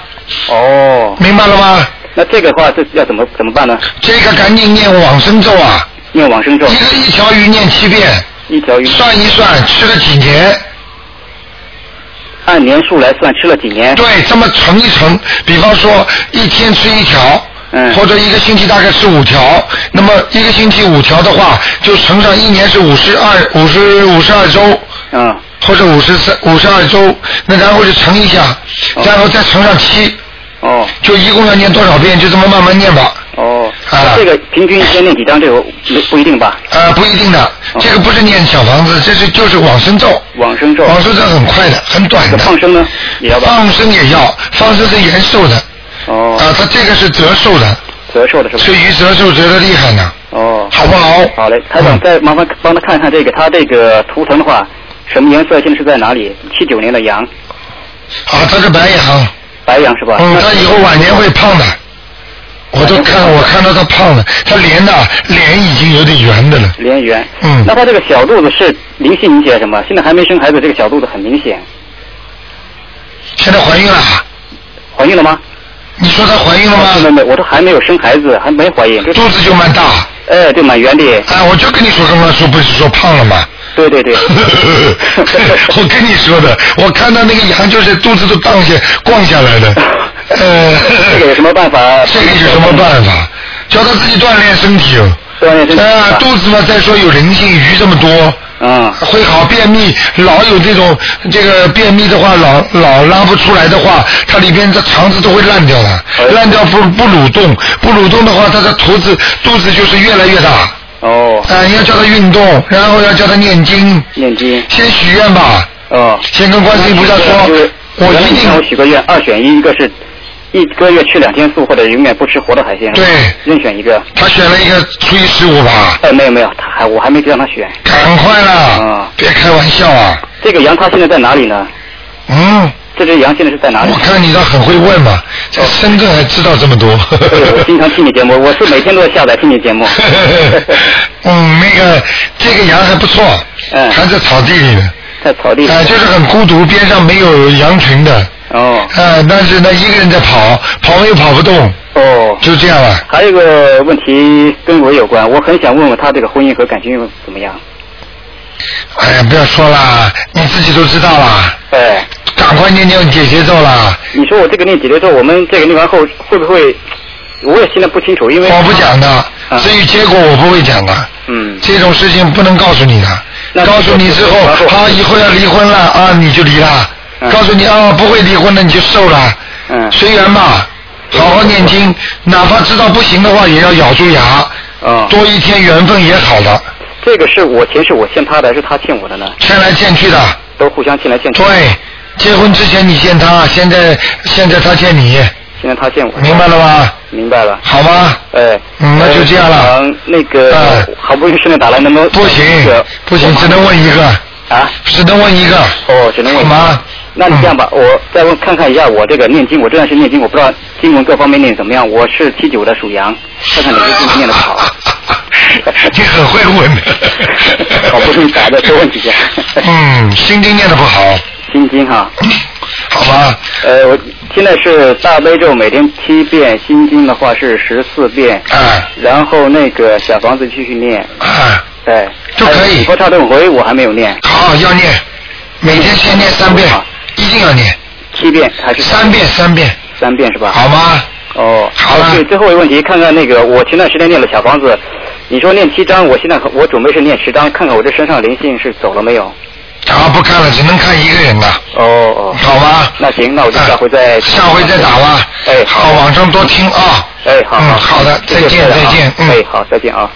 哦，明白了吗？那这个话这要怎么怎么办呢？这个赶紧念往生咒啊，念往生咒，一个一条鱼念七遍，一条鱼算一算吃了几年，按年数来算，吃了几年？对，这么乘一乘，比方说一天吃一条。嗯或者一个星期大概吃五条，那么一个星期五条的话，就乘上一年是五十二、五十五十二周，嗯，或者五十三、五十二周，那然后就乘一下，哦然后再乘上七，哦就一共要念多少遍，就这么慢慢念吧。哦，啊这个平均一天念几张，这个没不一定吧？呃，不一定的，哦这个不是念小房子，这是就是往生咒。往生咒，往生咒很快的，很短这的啊个。放生呢也要吧？放生也要，放生是延寿的，啊、哦，它这个是折寿的，折寿的是吧？是鱼折寿折的厉害呢，哦，好不好？好嘞，台长嗯再麻烦帮他看看这个他这个图腾的话，什么颜色？现在是在哪里？七九年的羊，啊，他是白羊，白羊是吧？嗯，那他以后晚年会胖的。我都看，我看到他胖了，他脸呐、脸已经有点圆的了。连圆。嗯那他这个小肚子是灵性引起了什么？现在还没生孩子，这个小肚子很明显。现在怀孕了？怀孕了吗？你说她怀孕了没有吗？没有，我都还没有生孩子，还没怀孕，就肚子就蛮大。哎，对，满圆的，哎，我就跟你说，刚刚说不是说胖了吗？对对对，我跟你说的，我看到那个羊就是肚子都荡下逛下来 的。呃，这个有什么办法？这个有什么办法？叫他自己锻炼身体哦。锻炼身体啊，吧肚子嘛，再说有灵性，鱼这么多，嗯，会好便秘，老有这种这个便秘的话，老老拉不出来的话，它里边的肠子都会烂掉的哎，烂掉不不蠕动，不蠕动的话，它的肚子肚子就是越来越大。啊、哦，你要叫他运动，然后要叫他念经，念经，先许愿吧，哦，先跟观世音菩萨就是说，我原来一你看我定许个愿，二选一，一个是一个月吃两天素，或者永远不吃活的海鲜，对任选一个。他选了一个初一十五吧，哎，没有没有，他还我还没让他选。赶快啦，啊别开玩笑啊，这个羊它现在在哪里呢？嗯，这只羊现在是在哪里？我看你倒很会问嘛，在深圳还知道这么多。对，我经常听你节目，我是每天都要下载听你节目。 嗯，那个这个羊还不错，嗯，还在草地里呢，在草地里。哎、就是很孤独，边上没有羊群的，哦哎、但是呢，一个人在跑，跑又跑不动，哦。就这样了。还有一个问题跟我有关，我很想问问他这个婚姻和感情怎么样？哎呀，不要说啦，你自己都知道啦，哎，赶快念念姐姐咒啦，你说我这个念几节咒，我们这个念完后会不会？我也现在不清楚，因为啊我不讲的，至于结果我不会讲的，嗯，这种事情不能告诉你的。那告诉你之后，好，以后要离婚了啊，你就离了。告诉你啊，不会离婚的你就受了，嗯，随缘吧，好好念经，哪怕知道不行的话，也要咬住牙，啊，多一天缘分也好了，这个是我前世我欠他的，还是他欠我的呢？欠来欠去的。都互相欠来欠去。对，结婚之前你欠他，现在现在他欠你，现在他欠我。明白了吗？明白了。好吗？哎，嗯那就这样了哎呃。那个，好不容易顺利打来，能不能不行那个不行，只能问一个，啊？只能问一个，哦，只能问。好吗？那你这样吧，嗯我再问看看一下我这个念经，我这段时间念经，我不知道经文各方面念得怎么样。我是七九的属羊，看看哪个经念的 好。你很会问的。 好不容易打的，多问 几下。嗯，心经念的不好，心经哈。好吧？呃，我现在是大悲咒每天七遍，心经的话是十四遍，哎然后那个小房子继续念，哎，对，就可以佛刹轮回我还没有念，好要念，每天先念三遍，一定要念七遍还是三遍三遍，三遍是吧？好吗？哦，好了对，最后一个问题，看看那个我前段时间念了小房子，你说念七章，我现在我准备是念十章，看看我这身上灵性是走了没有？啊，不看了，只能看一个人了，哦哦，好吗？啊那行，那我就下回再、下回再打吧。哎好，网上多听啊。哎，好嗯好、好的谢谢再见台长再见嗯哎，好，再见啊。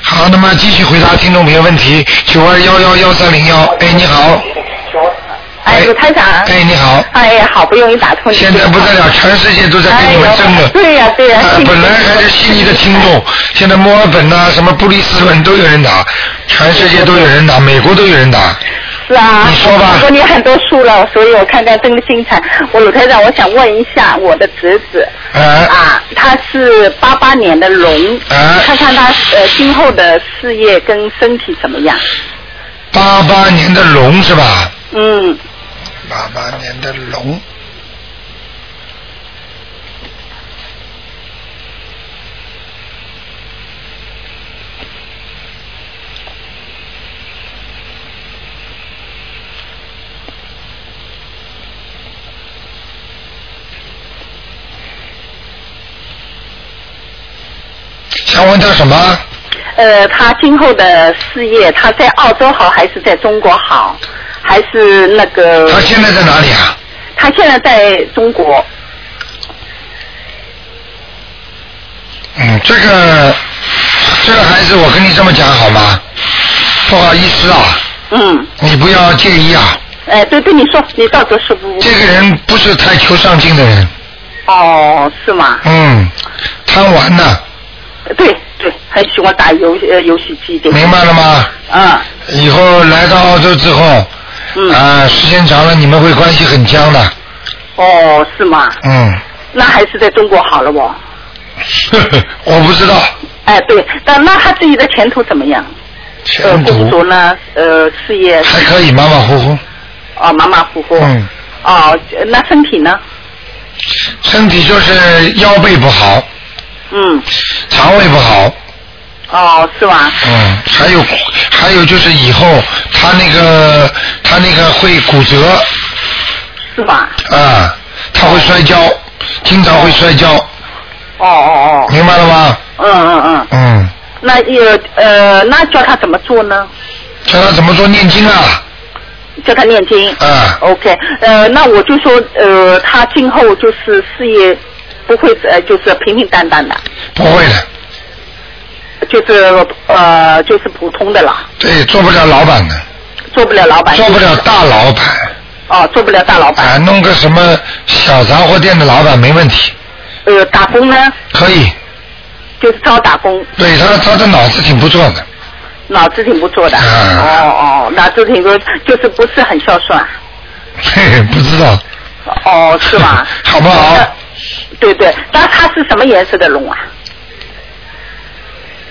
好，那么继续回答听众朋友问题，九二幺幺幺三零幺。哎，你好，哎，鲁台长。哎，你好。哎呀，好不容易打通你现电话。在不得了，全世界都在跟你们争哎了呦。对呀、对呀、啊幸本来还是悉尼的听众，现在墨尔本呐、什么布里斯本都有人打，全世界都有人打，美国都有人打。是啊，你说吧我过你很多书了，所以我看到真的精彩。我鲁台长，我想问一下我的侄子哎啊，他是八八年的龙，哎，看看他呃今后的事业跟身体怎么样？八八年的龙是吧？嗯，八八年的龙。想问他什么？呃，他今后的事业，他在澳洲好还是在中国好？还是那个？他现在在哪里啊？他现在在中国。嗯，这个这个孩子，我跟你这么讲好吗？不好意思啊，嗯，你不要介意啊。哎，对对，你说，你到底是不？这个人不是太求上进的人，哦，是吗？嗯，贪玩呢，对对，很喜欢打游呃游戏机对。明白了吗？嗯以后来到澳洲之后，啊、嗯，时间长了你们会关系很僵的，哦，是吗？ 嗯，那还是在中国好了哦。我不知道哎，对，但那他自己的前途怎么样？呃，前工途作呢？呃，事业还可以，马马虎虎，哦，马马虎虎。嗯，哦，呃那身体呢？身体就是腰背不好，嗯，肠胃不好，哦，是吗？嗯，还有还有就是以后他那个他那个会骨折是吧？啊，他会摔跤，经常会摔跤，哦哦哦，明白了吗？嗯嗯嗯，嗯，那也呃，那教他怎么做呢？教他怎么做念经啊？教他念经。啊， OK，呃，那我就说，呃，他今后就是事业不会呃，就是平平淡淡的，不会的，就是呃，就是普通的啦，对，做不了老板的，做不了老板，做不了大老板，哦，做不了大老板。啊，弄个什么小杂货店的老板没问题，呃，打工呢，可以。就是招打工，对他，他的脑子挺不错的， 脑子挺不错的。啊哦哦，脑子挺不，就是不是很孝顺。嘿嘿，不知道，哦，是吧？ 好不好？对对，那它是什么颜色的龙啊？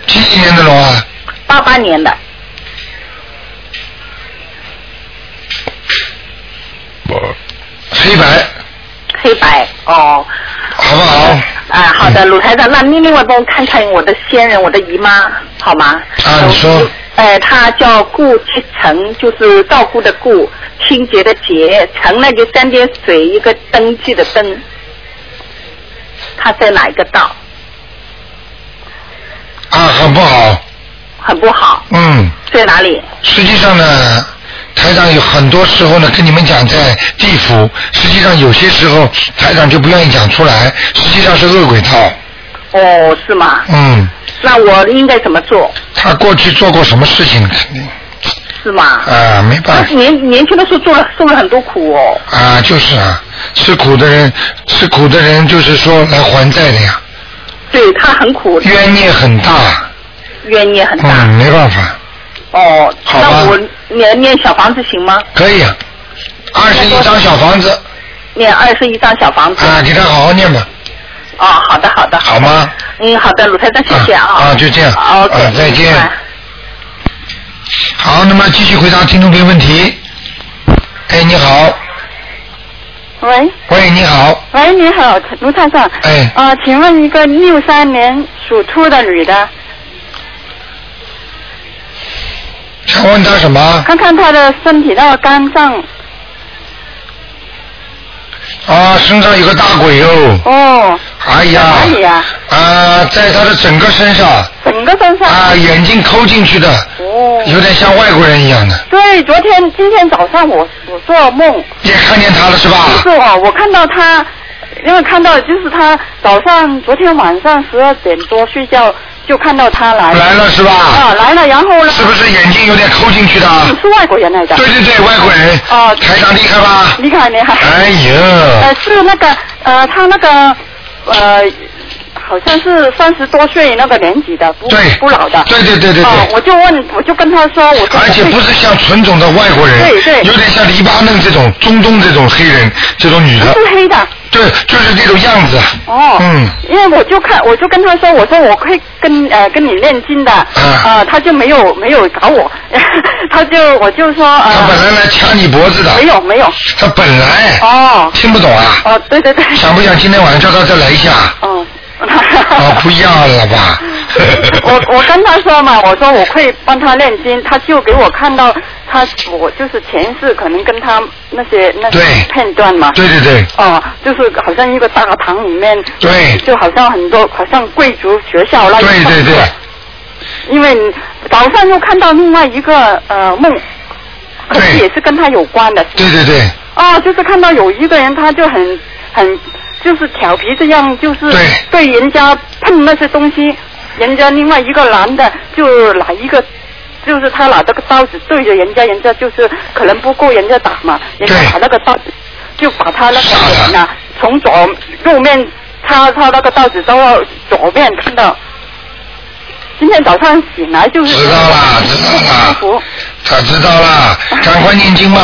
几几年的龙啊？八八年的。黑白。黑白哦。好不好？啊，好嗯的，鲁台长，那你另外帮我看看我的先人，我的姨妈，好吗？啊，你说，哎，她叫顾其成，就是照顾的顾，清洁的洁，成呢就三点水一个登记的登。她在哪一个道？啊，很不好，很不好，嗯，在哪里？实际上呢，台长有很多时候呢跟你们讲在地府，实际上有些时候台长就不愿意讲出来，实际上是恶鬼道，哦，是吗？嗯，那我应该怎么做？他过去做过什么事情肯定是吗？啊，没办她法年年轻的时候做了受了很多苦哦。啊，就是啊，吃苦的人，吃苦的人就是说来还债的呀，对她很苦，冤孽很大，冤孽很大。嗯，没办法，哦，好吧那我念念小房子行吗？可以啊，二十一张小房子念二十一张小房子。啊，给他好好念吧，哦，好的，好的，好吗？嗯，好的，鲁台长，谢谢啊。啊，就这样。啊 OK，啊再见。好，那么继续回答听众朋友问题。哎，你好，喂喂，你好，喂，你好，卢探长。哎。啊、请问一个六三年属兔的女的，啊想问他什么？看看她的身体那个肝脏。啊，身上有个大鬼哦，哦。哎呀在哪里呀、啊，在他的整个身上，整个身上。啊，眼睛抠进去的，哦。有点像外国人一样的。对，昨天今天早上我我做梦。也看见他了是吧？不是哦，我看到他，因为看到就是他早上昨天晚上十二点多睡觉就看到他来了。来了是吧啊，来了，然后呢？是不是眼睛有点抠进去的？你是外国人来的。啊对对对，外国人。哦、台长厉害吧？厉害厉害。哎呃，呀，是那个呃，他那个呃，好像是三十多岁那个年纪的，不不老的。对对对对对哦我就问，我就跟他说，我说而且不是像纯种的外国人，对对有点像黎巴嫩这种、中东这种黑人，这种女的，是黑的。对，就是这种样子。哎哦，嗯，因为我就看，我就跟他说，我说我会跟呃跟你念经的，啊呃，他就没有没有搞我， 他就我就说呃，他本来来掐你脖子的，没有没有，她本来哎哦，听不懂啊。哦，对对对，想不想今天晚上叫她再来一下？ 哦。啊，不要了吧。我 我跟他说嘛，我说我会帮他念经，他就给我看到他我就是前世可能跟他那些那些片段嘛。 对对对。哦，就是好像一个大堂里面。对。就好像很多好像贵族学校那一对对对，因为你早上又看到另外一个呃梦，可是也是跟他有关的。对对对，哦，就是看到有一个人，他就很很就是调皮这样，就是对人家碰那些东西，人家另外一个男的就拿一个。就是他拿这个刀子对着人家，人家就是可能不够人家打嘛，人家把那个刀子就把他那个脸呐、啊从左右面插插那个刀子到左面看到。今天早上醒来就是知道啦，知道啦。她知道啦，赶快念经 吧，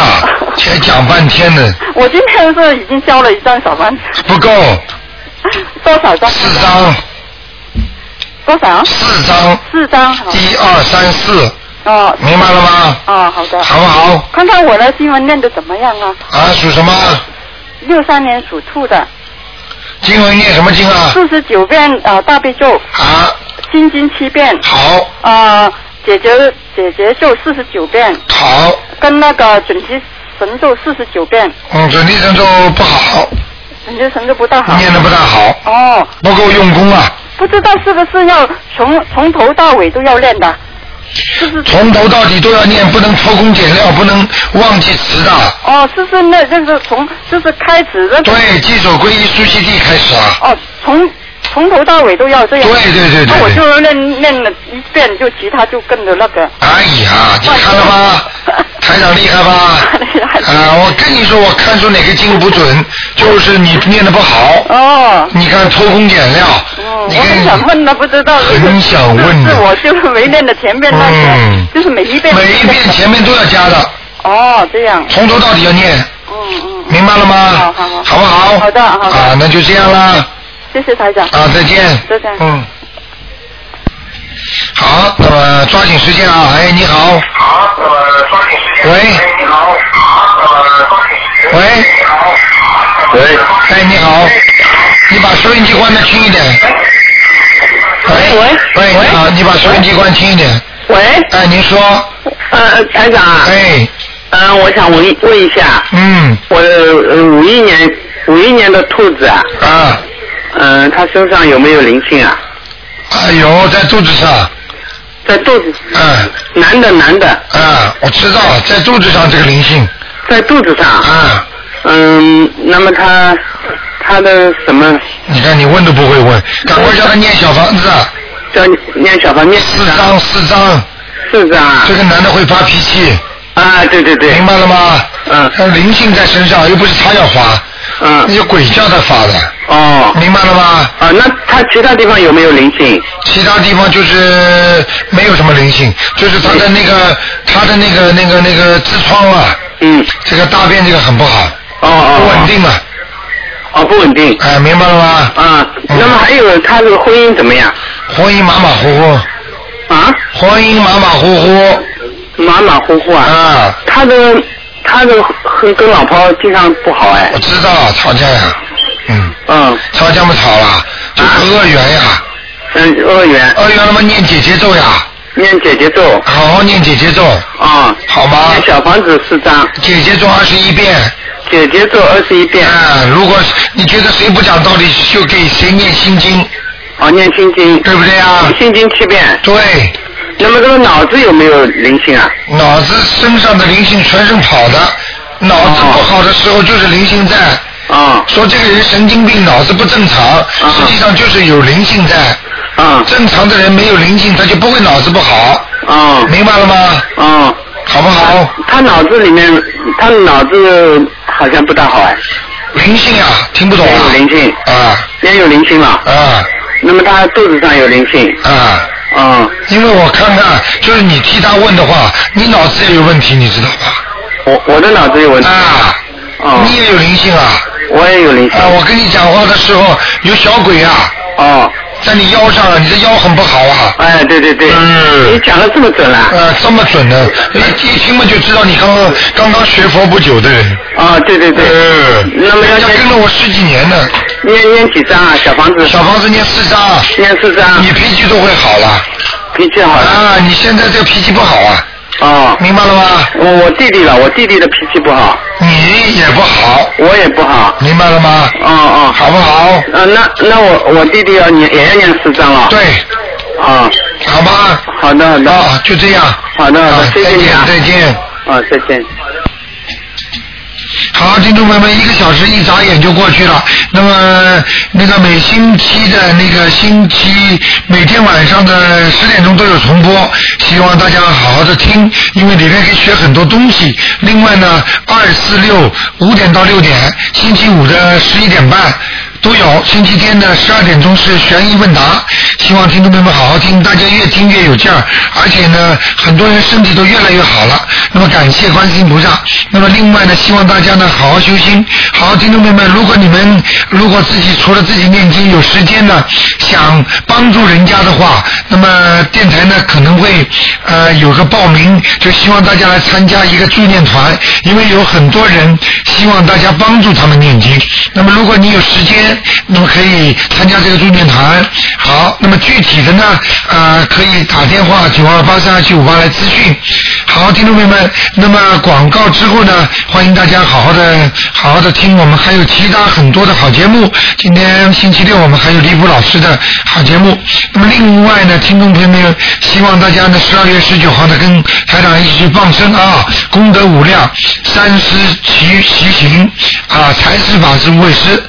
才讲半天呢，我今天是已经交了一张小房子，不够 多少张？四张。多少？四张。四张。一二三四。哦。明白了吗？哦，好的。好不好？看看我的新闻念的怎么样啊？啊，属什么？六三年属兔的。啊经文念什么经啊？四十九遍呃大悲咒。啊。心经七遍。好。呃，解决解决咒四十九遍。好。跟那个准提神咒四十九遍，嗯，准提神咒不好，准提神咒不大好。念的不大好，哦。不够用功啊。不知道是不是要从从头到尾都要练的？从头到底都要念，不能偷工减料，不能忘记词的。哦，是是那就是从就是开始那对，记守归一，苏悉地开始啊。哦，从从头到尾都要这样。对对对对哎那我就练练了一遍，就其他就跟着那 个。哎呀，你看了吗？台长厉 害吧？啊，我跟你说，我看出哪个经不准，就是你念的不好。哦。嗯你看偷工减料，我很想问的，不知道。很想问是的。我就是没练的前面那个，嗯就是每一遍。每一遍前面都要加的。哦，这样。从头到底要念。嗯明白了吗？好好好，好不好？好的好的啊，那就这样啦。谢谢台长。啊，再见。再见。嗯。好，那么抓紧时间啊！哎，你好。好，那么抓紧时间。哎喂。喂。喂。哎，你好。你把收音机关的轻一点。喂喂喂，你好，你把收音机关轻一点。喂。哎，您说。呃，台长。哎。呃，我想问一问一下，嗯，我呃五一年五一年的兔子啊。啊。嗯、它身上有没有灵性啊？哎呦，在肚子上。在肚子。嗯。男的，男的。啊，我知道，在肚子上这个灵性。在肚子上。啊。嗯，那么他他的什么？你看你问都不会问，赶快叫他念小房子啊。叫念小房念四张四张。四张啊。这个男的会发脾气。啊，对对对。明白了吗？呃嗯。灵性在身上，又不是他要发。嗯。那就鬼叫他发的。哦。明白了吗？啊，那他其他地方有没有灵性？其他地方就是没有什么灵性，就是他的那个他的那个那个那个痔疮啊，嗯，这个大便这个很不好，哦哦，不稳定了，哦，不稳定。哎，明白了吗？啊，那么还有他这个婚姻怎么样？婚姻马马虎虎，啊？婚姻马马虎虎。马马虎虎啊。啊。他的他的和跟老婆经常不好哎。我知道吵架呀，嗯，嗯，吵架嘛吵了，就是恶缘呀，嗯，恶缘。恶缘了嘛念姐姐咒呀，念姐姐咒。好好念姐姐咒，啊。好吗？念小房子四张。姐姐咒二十一遍。姐姐咒二十一遍。啊，如果你觉得谁不讲道理，就给谁念心经。哦，念心经。对不对啊？心经七遍。对。那么这个脑子有没有灵性啊？脑子身上的灵性全身跑的，脑子不好的时候就是灵性在。啊。说这个人神经病，脑子不正常，实际上就是有灵性在。啊。正常的人没有灵性，他就不会脑子不好。啊。明白了吗？啊。好不好？他脑子里面，他脑子好像不大好啊哎。灵性啊，听不懂啊。有灵性。啊。也有灵性嘛。啊。那么他肚子上有灵性。啊。啊。因为我看看，就是你替他问的话，你脑子也有问题，你知道吧？我我的脑子有问题。啊。哦。你也有灵性啊。我也有灵性。啊，我跟你讲话的时候有小鬼啊。哦。在你腰上，你的腰很不好啊。哎，对对对。嗯。你讲的这么准啊？呃，这么准的，一一听嘛就知道你刚刚刚刚学佛不久的人。啊，对对对。嗯。那么要人家跟了我十几年呢。念念几张啊？小房子。小房子念四张。啊念四张。你脾气都会好了。脾气好了。啊，你现在这个脾气不好啊。哦。明白了吗？我我弟弟了，我弟弟的脾气不好。你也不好。我也不好。明白了吗？哦哦。好不好？呃，那那我我弟弟要念也要念四张了。对。啊。好吧。好的好的。啊，就这样。好的好的，谢谢你啊。再见。啊，再见。好，听众朋友们，一个小时一眨眼就过去了。那么，那个每星期的那个星期，每天晚上的十点钟都有重播，希望大家好好的听，因为里面可以学很多东西。另外呢，二四六五点到六点，星期五的十一点半。都有。星期天的十二点钟是悬疑问答，希望听众朋友们好好听，大家越听越有劲儿，而且呢，很多人身体都越来越好了。那么感谢观世音菩萨。那么另外呢，希望大家呢好好修心。好，听众朋友们，如果你们如果自己除了自己念经有时间呢，想帮助人家的话，那么电台呢可能会呃有个报名，就希望大家来参加一个助念团，因为有很多人希望大家帮助他们念经。那么如果你有时间，那么可以参加这个助念团。好，那么具体的呢，呃，可以打电话九二八三二七五八来咨询。好，听众朋友们，那么广告之后呢，欢迎大家好好的好好的听我们还有其他很多的好节目。今天星期六我们还有李普老师的好节目。那么另外呢，听众朋友们，希望大家呢十二月十九号呢跟台长一起去放生啊，功德无量，三思其其行啊，财师法师无畏师。